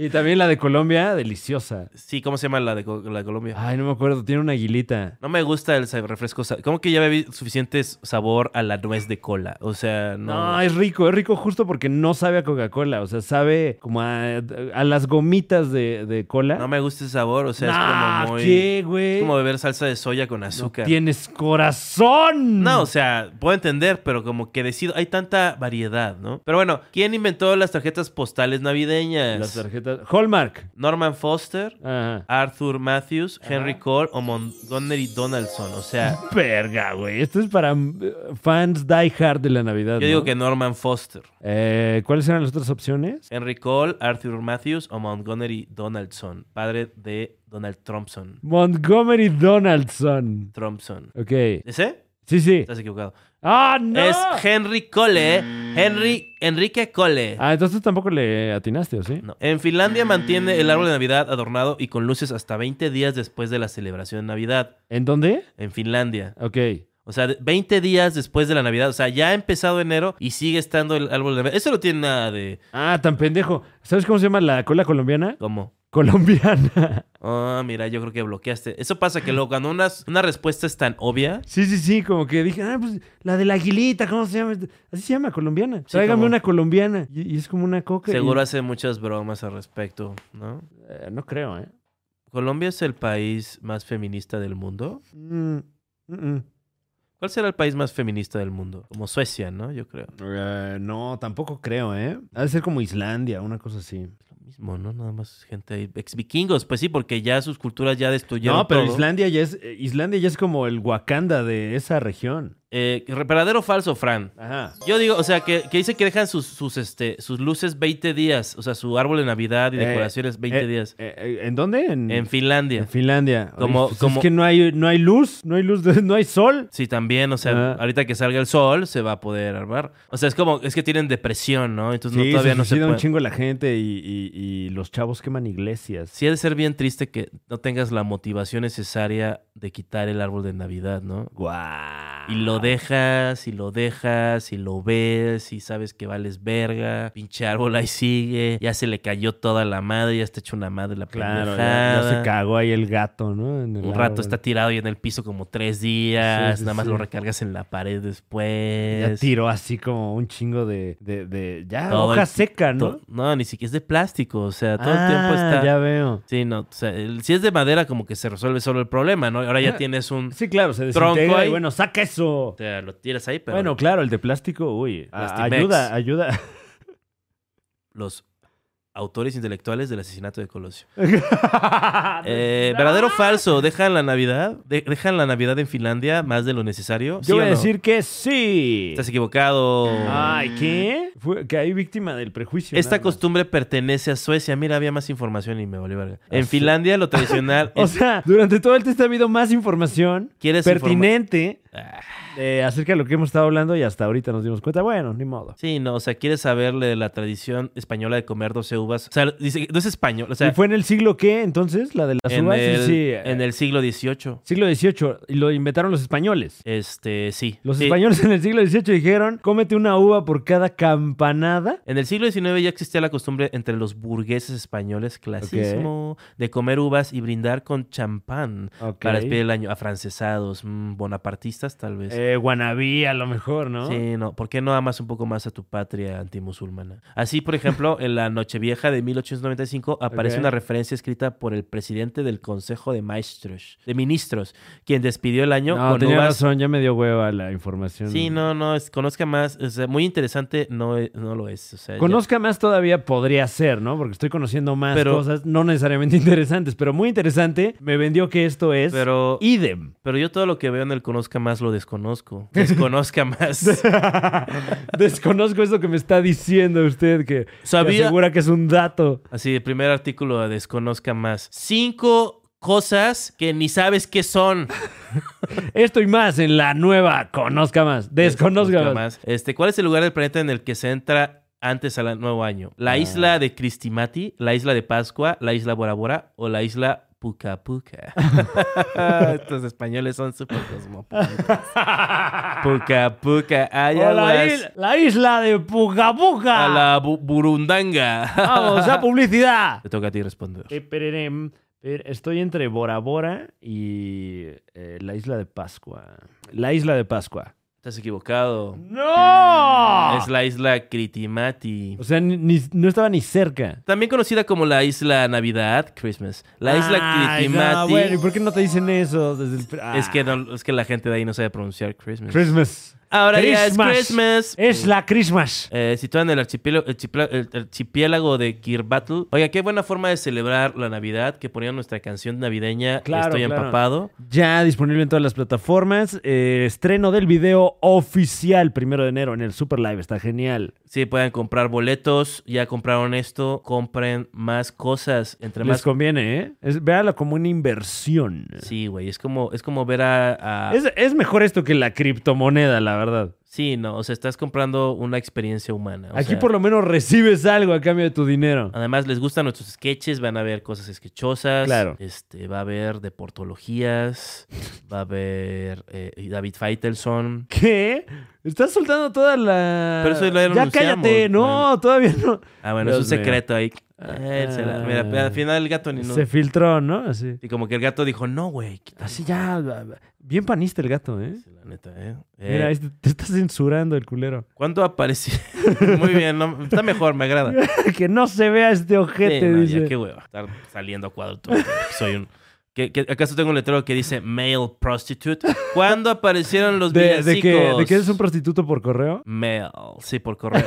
Y también la de Colombia, deliciosa.
Sí, ¿cómo se llama la de, Co- la de Colombia?
Ay, no me acuerdo, tiene una aguilita.
No me gusta el sa- refresco. sa- ¿Cómo que ya bebí suficiente sabor a la nuez de cola? O sea, no.
No, es rico, es rico justo porque no sabe a Coca-Cola, o sea, sabe como a, a las gomitas de, de cola.
no me gusta el sabor. O sea,
Nah,
es como muy.
¿qué, güey?
Es como beber salsa de soya con
No
azúcar.
tienes corazón.
No, o sea, puedo entender, pero como que decido, hay tanta variedad, ¿no? Pero bueno, ¿quién inventó las tarjetas postales navideñas?
las tarjetas. Hallmark.
Norman Foster,
Ajá.
Arthur Matthews, Henry Cole o Montgomery Donaldson. O
Mm,
sea,
Verga, güey. Esto es para mm, fans die hard de la Navidad.
yo
¿no?
digo que Norman Foster,
Eh, ¿Cuáles eran las otras opciones?
Henry Cole, Arthur Matthews o Montgomery Donaldson, padre de Donald Thompson.
Montgomery Donaldson.
Thompson.
Ok.
¿Ese?
Sí, sí.
Estás equivocado.
¡Ah, no! Mm.
Es Henry Cole, ¿eh? Henry, Enrique Cole.
Ah, entonces tampoco le atinaste, ¿o sí?
No. En Finlandia mantiene el árbol de Navidad adornado y con luces hasta 20 días después de la celebración de Navidad.
¿En dónde?
En Finlandia.
Ok.
O sea, de- 20 días después de la Navidad. O sea, ya ha empezado enero y sigue estando el árbol de Navidad. Eso no tiene nada de...
Ah, tan pendejo. ¿Sabes cómo se llama la cola colombiana?
¿Cómo?
Colombiana. *laughs*
Ah, mira, yo creo que bloqueaste. Eso pasa que luego cuando una, una respuesta es tan obvia...
Sí, sí, sí, como que dije, ah, pues la de la aguilita, ¿cómo se llama? Así se llama, colombiana. Tráigame
como-
una colombiana. Y, y es como una coca. y-
Seguro hace muchas bromas al respecto, ¿no?
Eh, no creo, ¿eh?
¿Colombia es el país más feminista del mundo?
Mm, mm, mm.
¿Cuál será el país más feminista del mundo? Como Suecia, ¿no? Yo creo.
Eh, no, tampoco creo, ¿eh? Ha de ser como Islandia, una cosa así.
mismo, ¿no? Nada más gente ahí. Ex vikingos, pues sí, porque ya sus culturas ya destruyeron.
no, pero
todo.
Islandia ya es eh, Islandia ya es como el Wakanda de esa región.
Eh, ¿Verdadero o falso, Fran?
Ajá.
Yo digo, o sea, que, que dice que dejan sus, sus, este, sus luces 20 días. O sea, su árbol de Navidad y
Eh,
decoraciones 20
eh,
días.
eh, eh, ¿En dónde? En,
En Finlandia.
en Finlandia.
Como-
Oye, pues
como-
Es que no hay, no hay luz, no hay luz, *laughs* no hay sol.
Sí, también, o sea,
Ah.
ahorita que salga el sol se va a poder armar. O sea, es como, es que tienen depresión, ¿no? Entonces
sí,
no, todavía
se
no se
suicida
puede.
un chingo la gente y, y- y los chavos queman iglesias.
Sí, ha de ser bien triste que no tengas la motivación necesaria de quitar el árbol de Navidad, ¿no?
Guau.
Y lo dejas, y lo dejas, y lo ves, y sabes que vales verga. Pinche árbol ahí sigue. Ya se le cayó toda la madre, ya está hecho una madre la
Claro, ya,
pendejada.
ya se cagó ahí el gato, ¿no? En el
Un
árbol.
rato está tirado y en el piso como tres días.
Sí, sí,
nada más
sí.
lo recargas en la pared
Ya
después.
tiró así como un chingo de. de, de- ya,
Todo
hoja
el-
seca, ¿no?
To- No, ni siquiera es de plástico. O sea, todo
Ah,
el tiempo está.
Ya veo.
Sí, no. O sea, el- si es de madera, como que se resuelve solo el problema, ¿no? Ahora ya
Ah.
tienes un.
Sí, claro, se
Tronco
desintegra y
ahí.
bueno, saca eso.
O sea, lo tiras ahí, pero Ah,
Bueno, claro, el de plástico, uy. a-
Plastimex.
Ayuda, ayuda. *laughs*
los autores intelectuales del asesinato de Colosio. *laughs* Eh, ¿Verdadero o falso? ¿Dejan la Navidad? De- ¿Dejan la Navidad en Finlandia más de lo necesario?
Yo
¿Sí
voy
o
a
no?
decir que sí.
Estás equivocado.
Ay, ¿qué?
Mm.
Fue- que hay víctima del prejuicio.
Esta
Ah, nada más.
costumbre pertenece a Suecia. Mira, había más información y me valió verga. En
sí.
Finlandia lo tradicional
*laughs* O
es-
sea, durante todo el test ha habido más información
¿Quieres
pertinente
Ah.
eh, acerca de lo que hemos estado hablando y hasta ahorita nos dimos cuenta. Bueno, ni modo.
Sí, no, o sea, quieres saberle la tradición española de comer 12 uvas. O sea, dice, no es español, o sea,
¿Y fue en el siglo qué entonces? ¿La de las
en,
uvas? Sí,
el,
sí,
en el siglo XVIII.
siglo XVIII. Y lo inventaron los españoles.
Este, sí.
Los
Sí.
españoles en el siglo XVIII dijeron, cómete una uva por cada campanada.
En el siglo XIX ya existía la costumbre entre los burgueses españoles, clasismo, de comer uvas y brindar con champán
Ok.
para despedir el año. Afrancesados, mm, bonapartistas, tal vez.
Eh, guanabí a lo mejor, ¿no?
Sí, no, ¿por qué no amas un poco más a tu patria antimusulmana? Así, por ejemplo, en la Nochevieja de 1895 aparece
Ok.
una referencia escrita por el presidente del Consejo de Maestros, de Ministros, quien despidió el año
No,
con
tenía
uvas.
razón, ya me dio hueva la información.
Sí, no, no, es- conozca más, o sea, muy interesante no, es- no lo es. o sea, ya-
Conozca más todavía podría ser, ¿no? Porque estoy conociendo más
Pero-
cosas, no necesariamente *laughs* interesantes, pero muy interesante. Me vendió que esto es
pero,
idem. *laughs*
pero yo todo lo que veo en el Conozca más lo desconozco. *laughs* Desconozca
*laughs*
más.
Desconozco eso que me está diciendo usted, que que
Sabía-
asegura que es un dato.
Así, el primer artículo, de desconozca más. Cinco cosas que ni sabes qué son.
Esto y más en la nueva *laughs* Conozca Más. Desconozca
Conozca
Más.
más. Este, ¿Cuál es el lugar del planeta en el que se entra antes al nuevo año? ¿La
Ah.
isla de Cristimati? ¿La isla de Pascua? ¿La isla Bora Bora? ¿O la isla Puca
*laughs*
Puca? *laughs* Estos españoles son súper
*laughs*
cosmopolitas. Puca Puca. Ay,
O la,
aguas.
is- la isla de Puga Puga.
A la bu- Burundanga. *laughs*
Vamos a publicidad.
Te toca a ti responder.
Eh, pererem, per- Estoy entre Bora Bora y eh, la isla de Pascua. La isla de Pascua.
Estás equivocado.
¡No!
Es la isla Critimati.
O sea, ni- ni- no estaba ni cerca.
También conocida como la isla Navidad, Christmas. La isla
Ay,
Critimati.
no, bueno, ¿y por qué no te dicen eso desde el pr-
Es que
Ah.
no- es que la gente de ahí no sabe pronunciar Christmas.
Christmas.
Ahora ya es Christmas.
Es la Christmas.
Eh, situada en el archipiélago, el chipla- el- el archipiélago de Kirbattle. Oiga, qué buena forma de celebrar la Navidad que ponía nuestra canción navideña
Claro,
Estoy
claro.
empapado.
Ya disponible en todas las plataformas. Eh, estreno del video oficial primero de enero en el Super Live. Está genial.
Sí, pueden comprar boletos. Ya compraron esto. Compren más cosas. Entre
Les
más.
conviene, ¿eh? Es, véalo como una inversión.
Sí, güey. Es como, es como ver a. a-
Es, es mejor esto que la criptomoneda, la verdad.
Sí, no. O sea, estás comprando una experiencia humana. o
Aquí
sea, Ah.
por lo menos recibes algo a cambio de tu dinero.
Además, les gustan nuestros sketches, van a ver cosas sketchosas.
Claro.
Este, va a haber deportologías, va a haber eh, David Feitelson.
¿Qué? Estás soltando toda la.
Pero eso ya lo
Ya
anunciamos,
cállate, no,
bueno.
todavía no.
Ah, bueno,
Dios
es un
mío. Ah.
secreto ahí. Eh, él se la- mira, pero al final el gato ni no.
Se filtró, ¿no? Así.
Y como que el gato dijo, no, güey. quita
Así ya. ba- ba- Bien panista el gato, ¿eh?
La neta, ¿eh? Eh,
Mira, este- te está censurando el culero. *laughs*
¿Cuándo apareció? *laughs* Muy bien, no, está mejor, me agrada.
que no se vea este
Sí,
ojete,
no, ya,
dice.
qué hueva. Estar saliendo a cuadro todo el tiempo. Soy un. ¿Qué- qué- acaso tengo un letrero que dice male prostitute? ¿Cuándo aparecieron los
de, de que,
villancicos?
de que eres un prostituto por correo.
Mail. Sí, por correo.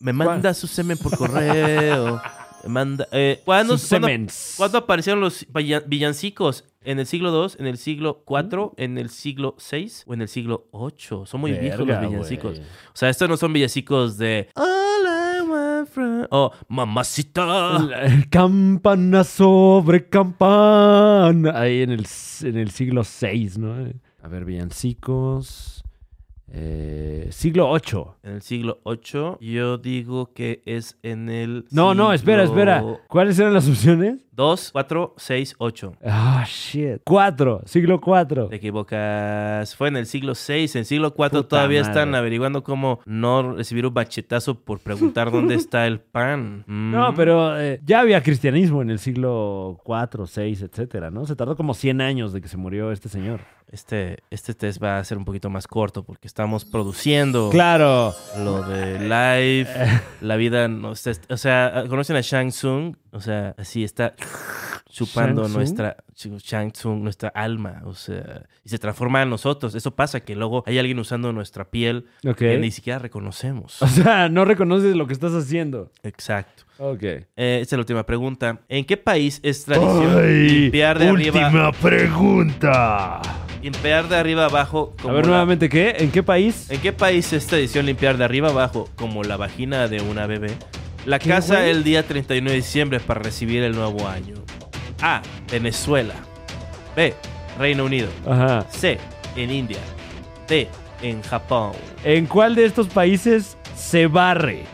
Me manda su semen por correo. Manda- eh, ¿cuándo,
Sus
cuándo-
semens.
cuándo aparecieron los villa- villancicos? ¿En el siglo II? ¿En el siglo IV?
Mm.
¿En el siglo VI? ¿O en el siglo VIII? Son muy viejos los
Verga,
villancicos.
güey.
O sea, estos no son villancicos de All I want from- O Mamacita.
La- el campana sobre campana. Ahí en el, s- en el siglo VI, ¿no? A ver, villancicos. Eh, siglo VIII.
En el siglo VIII. Yo digo que es en el.
No, no, espera,
siglo
espera. ¿Cuáles eran las opciones?
Dos, cuatro, seis, ocho.
Ah, shit. Cuatro, siglo cuatro.
Te equivocas. Fue en el siglo VI. En el siglo IV
Puta
todavía
madre.
están averiguando cómo no recibir un bachetazo por preguntar
*laughs*
dónde está el pan. Mm.
No, pero eh, ya había cristianismo en el siglo cuatro, seis, etcétera, ¿no? Se tardó como 100 años de que se murió este señor.
Este, este test va a ser un poquito más corto porque estamos produciendo
Claro. *laughs*
lo de live,
Eh.
la vida. No, está- o sea, ¿conocen a Shang Tsung? O sea, así está chupando
¿Shang Tsung?
nuestra Shang Tsung, nuestra alma. O sea, y se transforma en nosotros. Eso pasa que luego hay alguien usando nuestra piel
Ok.
que ni siquiera reconocemos.
*laughs* O sea, no reconoces lo que estás haciendo.
Exacto.
Ok.
Eh, esta es la última pregunta. ¿En qué país es tradición limpiar de arriba,
pregunta.
limpiar de arriba abajo?
A
como
ver,
la-
nuevamente, ¿qué? ¿En qué país?
¿En qué país es tradición limpiar de arriba abajo como la vagina de una bebé? La
¿Qué,
casa
güey?
el día 31 de diciembre para recibir el nuevo año. A. Venezuela. B. Reino Unido.
Ajá.
C. En India. D. En Japón.
¿En cuál de estos países se barre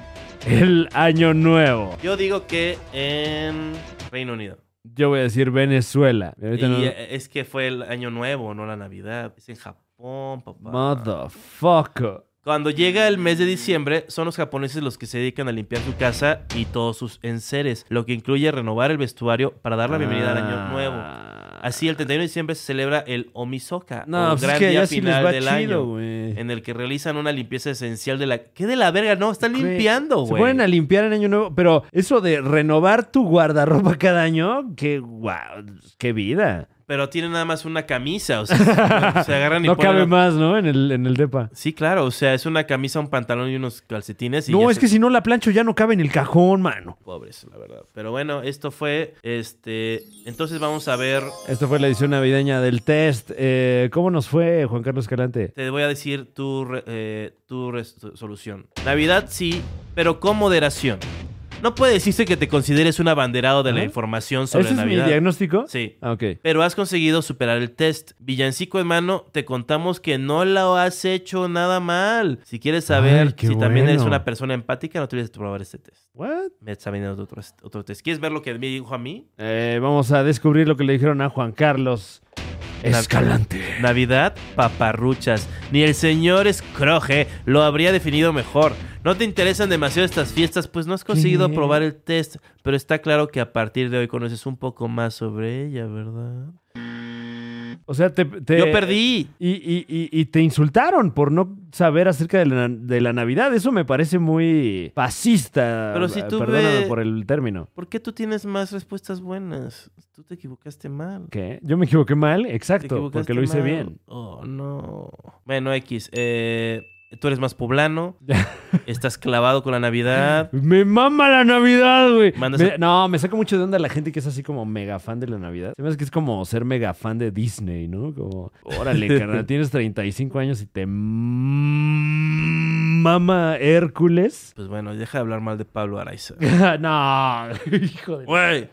el año nuevo?
Yo digo que en Reino Unido.
Yo voy a decir Venezuela. Y
Y
ahorita no-
eh, es que fue el año nuevo, no la Navidad. Es en Japón, papá.
Motherfucker.
Cuando llega el
mm,
mes de diciembre, son los japoneses los que se dedican a limpiar su casa y todos sus enseres, lo que incluye renovar el vestuario para dar la bienvenida al año nuevo. Así, el 31 de diciembre se celebra el Omisoka,
Ah. No,
un
pues es
gran
que
día
allá sí les
final
va
del
chido,
año,
güey.
en el que realizan una limpieza esencial de la... ¿Qué de la verga? No, están
Güey,
limpiando,
Se
güey.
ponen a limpiar en año nuevo, pero eso de renovar tu guardarropa cada año, qué guau, qué vida.
Pero tienen nada más una camisa, o sea,
*laughs*
se agarran y
No
ponen...
cabe más, ¿no? En el, en el depa.
Sí, claro, o sea, es una camisa, un pantalón y unos calcetines y
no,
ya
es
se-
que si no la plancho ya no cabe en el cajón, mano.
pobres, la verdad. Pero bueno, esto fue este, entonces vamos a ver
Esta fue la edición navideña del test. Eh, ¿Cómo nos fue, Juan Carlos Escalante?
Te voy a decir tu, re- eh, tu res- solución. Navidad sí, pero con moderación. No puede decirse que te consideres un abanderado de la
Ajá.
información sobre
¿Ese es mi
Navidad.
diagnóstico?
Sí.
Ah, ok.
Pero has conseguido superar el test. Villancico hermano, te contamos que no lo has hecho nada mal. Si quieres saber
Ay,
si
qué
también eres
bueno.
una persona empática, no tienes que probar este test.
What?
Me está viniendo otro, otro test. ¿Quieres ver lo que me dijo a mí?
Eh, vamos a descubrir lo que le dijeron a Juan Carlos Escalante.
Navidad, paparruchas. Ni el señor Scroge lo habría definido mejor. No te interesan demasiado estas fiestas, pues no has conseguido
¿Qué?
aprobar el test, pero está claro que a partir de hoy conoces un poco más sobre ella, ¿verdad?
O sea, te, te-
Yo perdí.
Y, y- y- y te insultaron por no saber acerca de la, de la Navidad. Eso me parece muy fascista.
Pero si
Ah,
tú
Perdóname
ve-
por el término.
¿Por qué tú tienes más respuestas buenas? Tú te equivocaste mal.
¿Qué? Yo me equivoqué mal,
Te
exacto,
equivocaste
porque lo hice
mal.
bien.
Oh, no. Bueno, X, eh, tú eres más
*laughs*
poblano, estás clavado con la Navidad.
Me mama la Navidad, güey.
Mandas
Me-
a-
No, me saca mucho de onda la gente que es así como mega fan de la Navidad. Se me hace que es como ser mega fan de Disney, ¿no? Como, órale,
*laughs*
carnal, tienes 35 años y te mama Hércules. *laughs*
Pues bueno, deja de hablar mal de Pablo Araiza.
no, *laughs* hijo de...
Güey.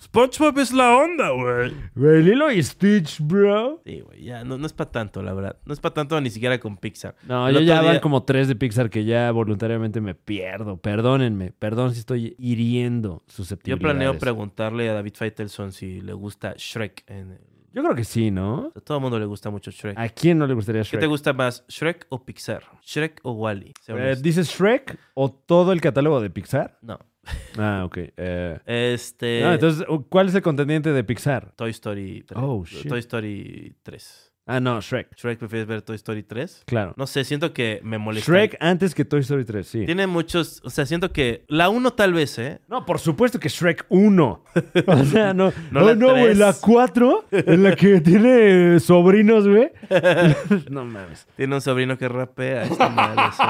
SpongeBob es la onda, güey.
Güey, Lilo y Stitch, bro.
Sí, güey, ya, no, no es para tanto, la verdad. No es para tanto ni siquiera con Pixar.
No,
El
yo
otro
ya van
día-
como tres de Pixar que ya voluntariamente me pierdo. Perdónenme, perdón si estoy hiriendo
Yo
susceptibilidades.
planeo preguntarle a David Faitelson si le gusta Shrek. en-
Yo creo que sí, ¿no?
A todo el mundo le gusta mucho Shrek.
¿A quién no le gustaría
¿Qué
Shrek?
te gusta más, Shrek o Pixar? ¿Shrek o Wally? Sea
Eh,
honesto.
¿Dices Shrek o todo el catálogo de Pixar?
no.
Ah, ok. eh,
Este.
no, entonces, uh, ¿cuál es el contendiente de Pixar?
Toy Story 3.
Oh, shit.
Toy Story 3.
Ah, no, Shrek.
¿Shrek prefieres ver Toy Story 3?
Claro.
No sé, siento que me molesta.
Shrek antes que Toy Story 3, sí.
Tiene muchos. O sea, siento que. La 1 tal vez, ¿eh?
No, por supuesto que Shrek 1. *laughs*
*laughs*
O sea, no.
No
No,
la
no, güey.
tres.
La 4, en la que tiene eh, sobrinos,
*laughs*
güey. no mames. *laughs*
Tiene un sobrino que rapea. Está mal eso.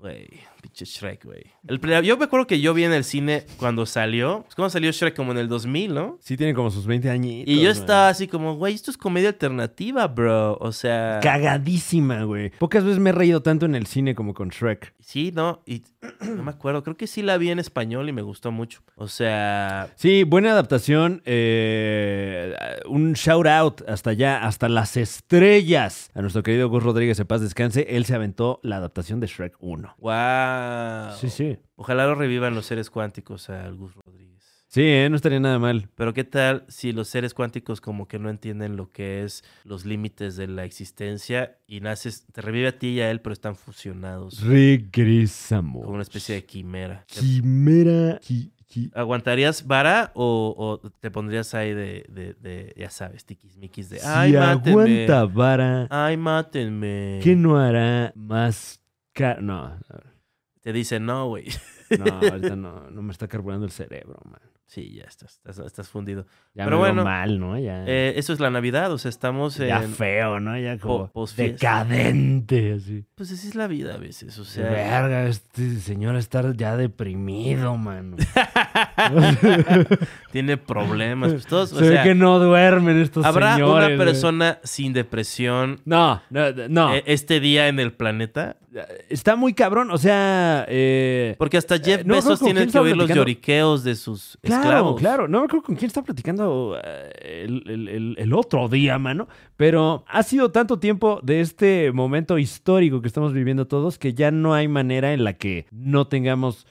Güey. Pinche Shrek, güey. El pre- Yo me acuerdo que yo vi en el cine cuando salió. Pues, ¿Cómo salió Shrek? Como en el 2000, ¿no?
Sí, tiene como sus 20 añitos.
Y yo
güey.
estaba así como, güey, esto es comedia alternativa, bro. O sea.
Cagadísima, güey. Pocas veces me he reído tanto en el cine como con Shrek.
Sí, no, y *clears throat* no me acuerdo. Creo que sí la vi en español y me gustó mucho. O sea,
Sí, buena adaptación. eh, un shout out hasta allá, hasta las estrellas. A nuestro querido Gus Rodríguez, en paz descanse. Él se aventó la adaptación de Shrek 1.
wow.
Sí, sí.
Ojalá lo revivan los seres cuánticos a Gus Rodríguez.
Sí, eh, no estaría nada mal.
Pero qué tal si los seres cuánticos como que no entienden lo que es los límites de la existencia y naces, te revive a ti y a él, pero están fusionados
Regresamos.
como una especie de quimera.
Quimera. qui- qui-
¿Aguantarías vara o, o te pondrías ahí de, de- de, ya sabes, tiquismiquis de, ay,
si
mátenme,
aguanta vara,
ay, mátenme.
¿qué no hará más? ca- No,
Te dicen, no, güey. *laughs*
no, ahorita no, no me está carburando el cerebro, man.
Sí, ya estás, estás, estás fundido.
Ya
Pero
me veo
bueno,
mal, ¿no? Ya,
Eh, eso es la Navidad, o sea, estamos en...
Ah. ya feo, ¿no? Ya como
po- posfiesta.
decadente, así.
Pues así es la vida a veces, o
*laughs*
sea... *laughs*
Verga, este señor está ya deprimido, *laughs* mano.
tiene problemas. pues todos, o
Se ve
sea,
que no duermen estos
¿habrá
señores.
una
güey.
persona sin depresión
No, no, no.
eh, este día en el planeta?
está muy cabrón, o sea... Eh,
Porque hasta Jeff
no,
Bezos
¿con
tiene
quién
que oír
estaba
los
platicando?
lloriqueos de sus
Claro,
esclavos.
claro. No me acuerdo con quién estaba platicando eh, el, el- el- el otro día, mano. Pero ha sido tanto tiempo de este momento histórico que estamos viviendo todos que ya no hay manera en la que no tengamos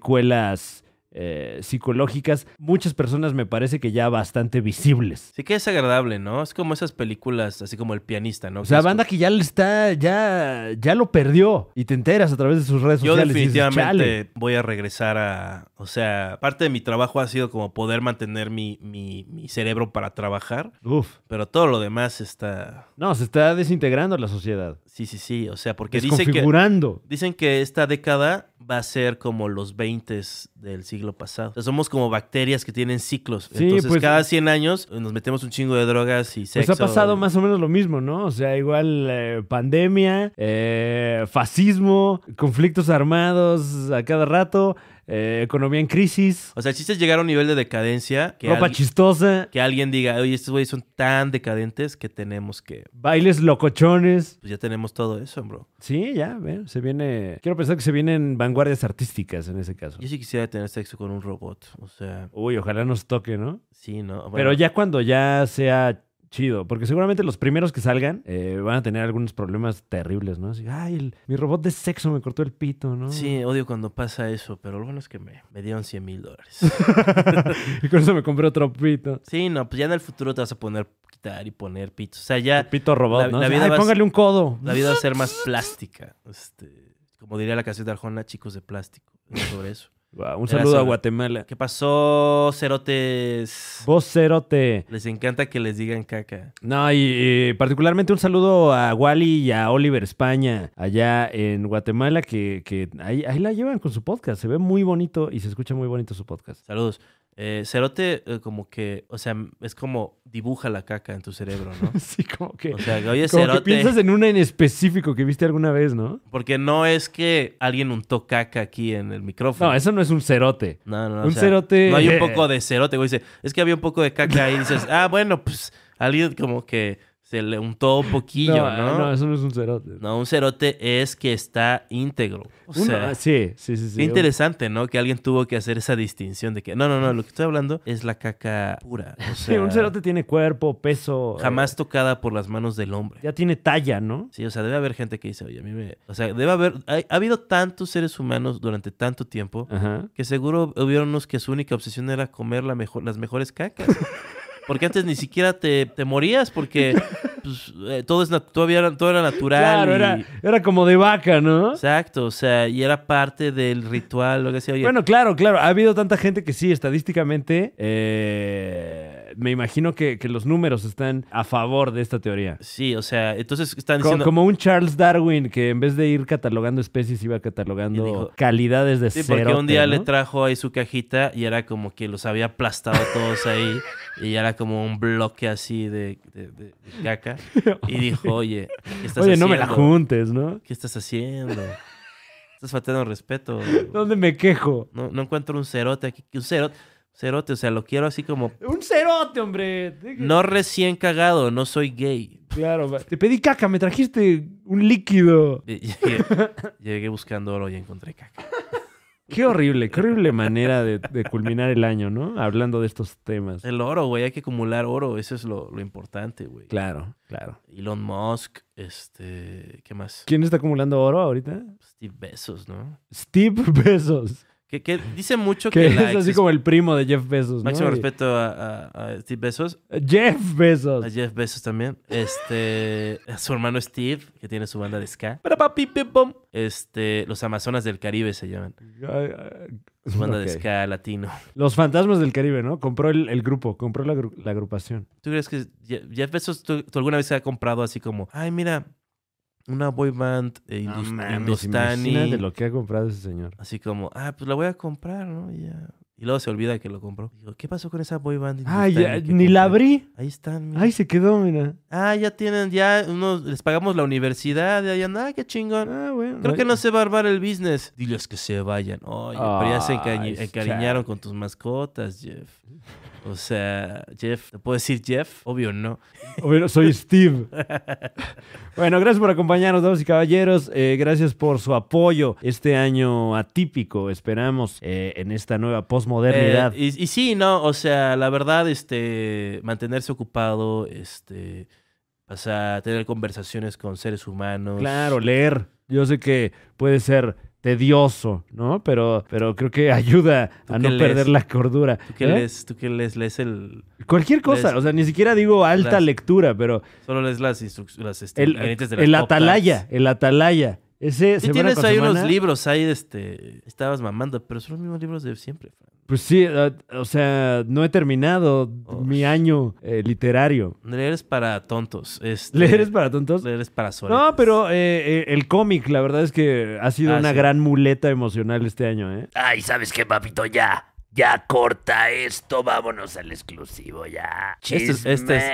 secuelas eh, psicológicas. Muchas personas me parece que ya bastante visibles.
Sí que es agradable, ¿no? Es como esas películas, así como El pianista, ¿no?
O
Que
sea,
es
banda que ya le está, ya, ya lo perdió y te enteras a través de sus redes
Yo
sociales. y dices, "Chale".
definitivamente voy a regresar a... O sea, parte de mi trabajo ha sido como poder mantener mi, mi, mi cerebro para trabajar,
Uf.
pero todo lo demás está...
No, se está desintegrando la sociedad.
Sí, sí, sí. O sea, porque dicen que,
Desconfigurando.
dicen que esta década va a ser como los 20 del siglo pasado. O sea, somos como bacterias que tienen ciclos.
Sí,
Entonces,
pues-
cada 100 años eh, nos metemos un chingo de drogas y sexo.
Pues ha pasado
y-
más o menos lo mismo, ¿no? O sea, igual eh, pandemia, eh, fascismo, conflictos armados a cada rato, eh, economía en crisis,
O sea, el chiste es llegar a un nivel de decadencia que,
ropa
al-
chistosa,
que alguien diga, oye, estos güeyes son tan decadentes que tenemos que...
bailes locochones.
Pues ya tenemos todo eso, bro.
Sí, ya, ven, se viene... Quiero pensar que se vienen vanguardias artísticas en ese caso.
Yo sí quisiera tener sexo con un robot. O sea,
Uy, ojalá nos toque, ¿no?
sí, ¿no? Bueno,
Pero ya cuando ya sea chido, porque seguramente los primeros que salgan eh, van a tener algunos problemas terribles, ¿no? Así, ay, el- mi robot de sexo me cortó el pito, ¿no?
Sí, odio cuando pasa eso, pero lo bueno es que me, me dieron 100 mil
*laughs*
dólares.
*laughs* Y con eso me compré otro pito.
sí, no, pues ya en el futuro te vas a poner, quitar y poner pitos. O sea, ya
Pito robot,
La-
¿no?
la
Ay,
vida va a-
póngale un codo.
la vida va a ser más plástica. Este, como diría la canción de Arjona, chicos de plástico. Sobre eso.
Guau, un
Era
saludo a
sobre-
Guatemala.
¿Qué pasó, cerotes?
Vos cerote.
Les encanta que les digan caca.
No, y, eh, particularmente un saludo a Wally y a Oliver España, allá en Guatemala, que, que ahí, ahí la llevan con su podcast. Se ve muy bonito y se escucha muy bonito su podcast.
Saludos. Eh, cerote, eh, como que, o sea, es como dibuja la caca en tu cerebro,
*laughs*
¿no?
Sí, como que,
O sea, que, oye,
como que
cerote.
piensas en una en específico que viste alguna vez, ¿no?
Porque no es que alguien untó caca aquí en el micrófono.
No, eso no es un cerote.
No, no, no,
un cerote-
No hay un poco de cerote, güey. Dice, es que había un poco de caca ahí. Y dices, ah, bueno, pues alguien como que se le untó un poquillo,
no,
¿no?
no,
No,
eso no es un cerote.
un cerote es que está íntegro. O
Un-
sea,
ah, sí, sí, sí. sí.
qué interesante, ¿no? Que alguien tuvo que hacer esa distinción de que, no, no, no, lo que estoy hablando es la caca pura. O
*laughs* Sí,
sea,
un cerote tiene cuerpo, peso. eh,
Jamás tocada por las manos del hombre.
Ya tiene talla, ¿no?
Sí, o sea, debe haber gente que dice, oye, a mí me... O sea, debe haber... hay- ha habido tantos seres humanos durante tanto tiempo
Ajá.
que seguro hubieron unos que su única obsesión era comer la mejor, las mejores
*laughs*
cacas. Porque antes ni siquiera te, te morías porque pues, eh, todo, es nat- todavía era, todo era natural.
Claro,
y-
era, era como de vaca, ¿no?
Exacto, o sea, y era parte del ritual, lo que sea. Oye,
Bueno, claro, claro. Ha habido tanta gente que sí, estadísticamente, eh, me imagino que, que los números están a favor de esta teoría.
sí, o sea, entonces están
Co-
diciendo...
Como un Charles Darwin que en vez de ir catalogando especies iba catalogando
Y dijo-
calidades de
Sí,
cero.
porque un día le trajo ahí su cajita y era como que los había aplastado todos ahí y era como un bloque así de, de- de- de caca.
*laughs*
Y dijo, oye, ¿qué estás
Oye,
haciendo?
no me la juntes, ¿no?
¿Qué estás haciendo? Estás Estás faltando el
*laughs*
respeto.
¿Dónde me quejo?
No, no encuentro un cerote aquí. Un cerote, cerote, o sea, lo quiero así como...
Un cerote, hombre.
No recién cagado, no soy gay.
Claro, va. te pedí caca, me trajiste un líquido.
*laughs* Llegué, llegué buscando oro y encontré caca.
Qué horrible, qué horrible manera de, de culminar el año, ¿no? Hablando de estos temas.
El oro, güey, hay que acumular oro. Eso es lo, lo importante, güey.
Claro, claro.
Elon Musk, este... ¿Qué más?
¿Quién está acumulando oro ahorita?
Steve Bezos, ¿no?
Steve Bezos.
Que, que dice
*laughs*
mucho
Que
que,
es
la
así
exist-
como el primo de Jeff Bezos, ¿no?
Máximo
Y-
respeto a, a- a Steve Bezos,
Jeff Bezos.
a Jeff Bezos también, este, a su hermano Steve, que tiene su banda de ska, Para papi, pim, pom. este, los Amazonas del Caribe se
*laughs*
llaman,
Ay, ay.
su banda
Ok.
de ska latino.
Los fantasmas del Caribe, ¿no? Compró el, el grupo, compró la, gru- la agrupación.
¿Tú crees que Je- Jeff Bezos, tú, tú alguna vez se ha comprado así como, ay mira, una boy band eh, hindus-
Imagínate
hindustani,
lo que ha comprado ese señor.
así como, ah pues la voy a comprar, ¿no? Y, ya. Y luego se olvida que lo compró. Digo, ¿qué pasó con esa boy band?
Ay, Ah, ya,
hindustani que
ni la
compré?
abrí.
Ahí están. mira.
Ay, se quedó, mira.
Ah, ya tienen, ya unos, les pagamos la universidad, ya andan, ah, qué chingón.
Ah, bueno.
Creo que no se va a armar el business. Diles que se vayan. Oye, pero ya se
Ay,
encañi-
chale.
encariñaron con tus mascotas, Jeff. O sea, Jeff, ¿te puedo decir Jeff? Obvio no.
Bueno,
*laughs*
soy Steve. bueno, gracias por acompañarnos, damas y caballeros. Eh, gracias por su apoyo este año atípico, esperamos, eh, en esta nueva posmodernidad.
Eh, y, y sí, no, o sea, la verdad, este, mantenerse ocupado, este, pasar, tener conversaciones con seres humanos.
Claro, leer. Yo sé que puede ser tedioso, ¿no? Pero, pero creo que *laughs* ayuda
¿Tú
a
qué
no
lees?
perder la cordura.
¿Tú qué
¿Eh?
lees? ¿Tú qué lees? ¿Lees el...?
Cualquier cosa,
Lees-
o sea, ni siquiera digo alta
Las-
lectura, pero
Solo lees las instrucciones, las este,
el,
ingredientes de
el
las Pop-Tarts.
atalaya, el atalaya. Ese
Sí
semana
tienes
con
ahí unos
semana-
libros, ahí este, estabas mamando, pero son los mismos libros de siempre. Fran.
Pues sí, eh, o sea, no he terminado
Oh.
mi año eh, literario.
Leer es para tontos. Este,
¿Leer es para tontos?
leer es para soletes.
No, pero eh, eh, el cómic, la verdad es que ha sido
Ah,
una
sí.
gran muleta emocional este año, ¿eh?
Ay, ¿sabes qué, papito? Ya. Ya corta esto, vámonos al exclusivo ya.
Este es- este es-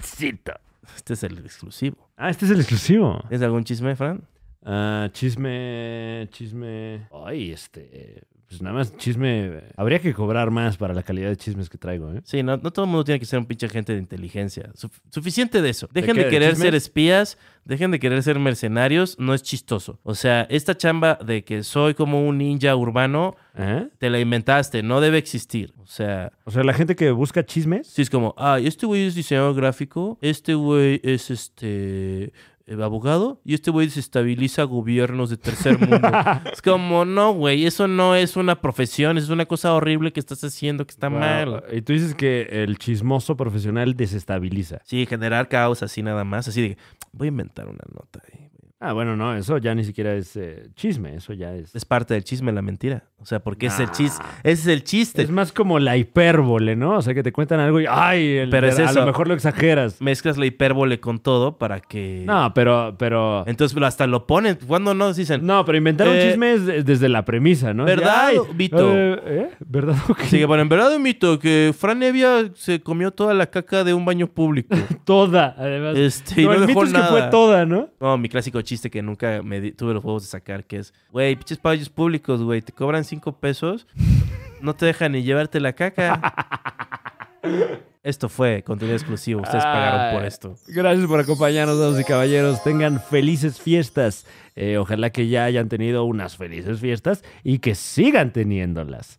Chismecito.
Este es el exclusivo.
Ah, este es el exclusivo.
¿Tienes algún chisme, Fran?
Ah, chisme, chisme. Ay, este. eh, Pues nada más chisme. Habría que cobrar más para la calidad de chismes que traigo, ¿eh?
Sí, no, no todo el mundo tiene que ser un pinche agente de inteligencia. Suf- suficiente de eso. Dejen de,
qué? ¿De
querer
chismes?
ser espías, dejen de querer ser mercenarios, no es chistoso. O sea, esta chamba de que soy como un ninja urbano,
¿Ah?
te la inventaste, no debe existir. O sea,
O sea, la gente que busca chismes.
Sí, es como, ay, este güey es diseñador gráfico, este güey es este eh, abogado y este güey desestabiliza gobiernos de tercer mundo. es como, no, güey, eso no es una profesión, es una cosa horrible que estás haciendo que está mal.
Wow. Y tú dices que el chismoso profesional desestabiliza.
Sí, generar caos así nada más, así de, voy a inventar una nota. eh.
Ah, bueno, no, eso ya ni siquiera es eh, chisme, eso ya es.
Es parte del chisme la mentira. O sea, porque es el chiste, ese es el chiste.
Es más como la hipérbole, ¿no? O sea, que te cuentan algo y, ay, el-
Pero es
a lo
eso.
mejor lo exageras.
Mezclas la hipérbole con todo para que...
No, pero, pero,
Entonces hasta lo ponen, cuando no dicen...
no, pero inventar un
Eh,
chisme es de- desde la premisa, ¿no?
¿verdad,
Ay,
Vito?
eh, ¿eh? ¿Verdad? *laughs* o qué?
Así que, bueno, en verdad un mito que Fran Nevia se comió toda la caca de un baño público.
Toda, además.
Este, y no
no, el mito
dejó
es que fue
nada.
toda, ¿no?
No, mi clásico chiste que nunca me di- tuve los huevos de sacar, que es, güey, pinches payos públicos, güey, te cobran cinco pesos, no te dejan ni llevarte la caca. esto fue contenido exclusivo, ustedes pagaron por
Ay,
esto.
Gracias por acompañarnos, damas y caballeros. Tengan felices fiestas. Eh, ojalá que ya hayan tenido unas felices fiestas y que sigan teniéndolas.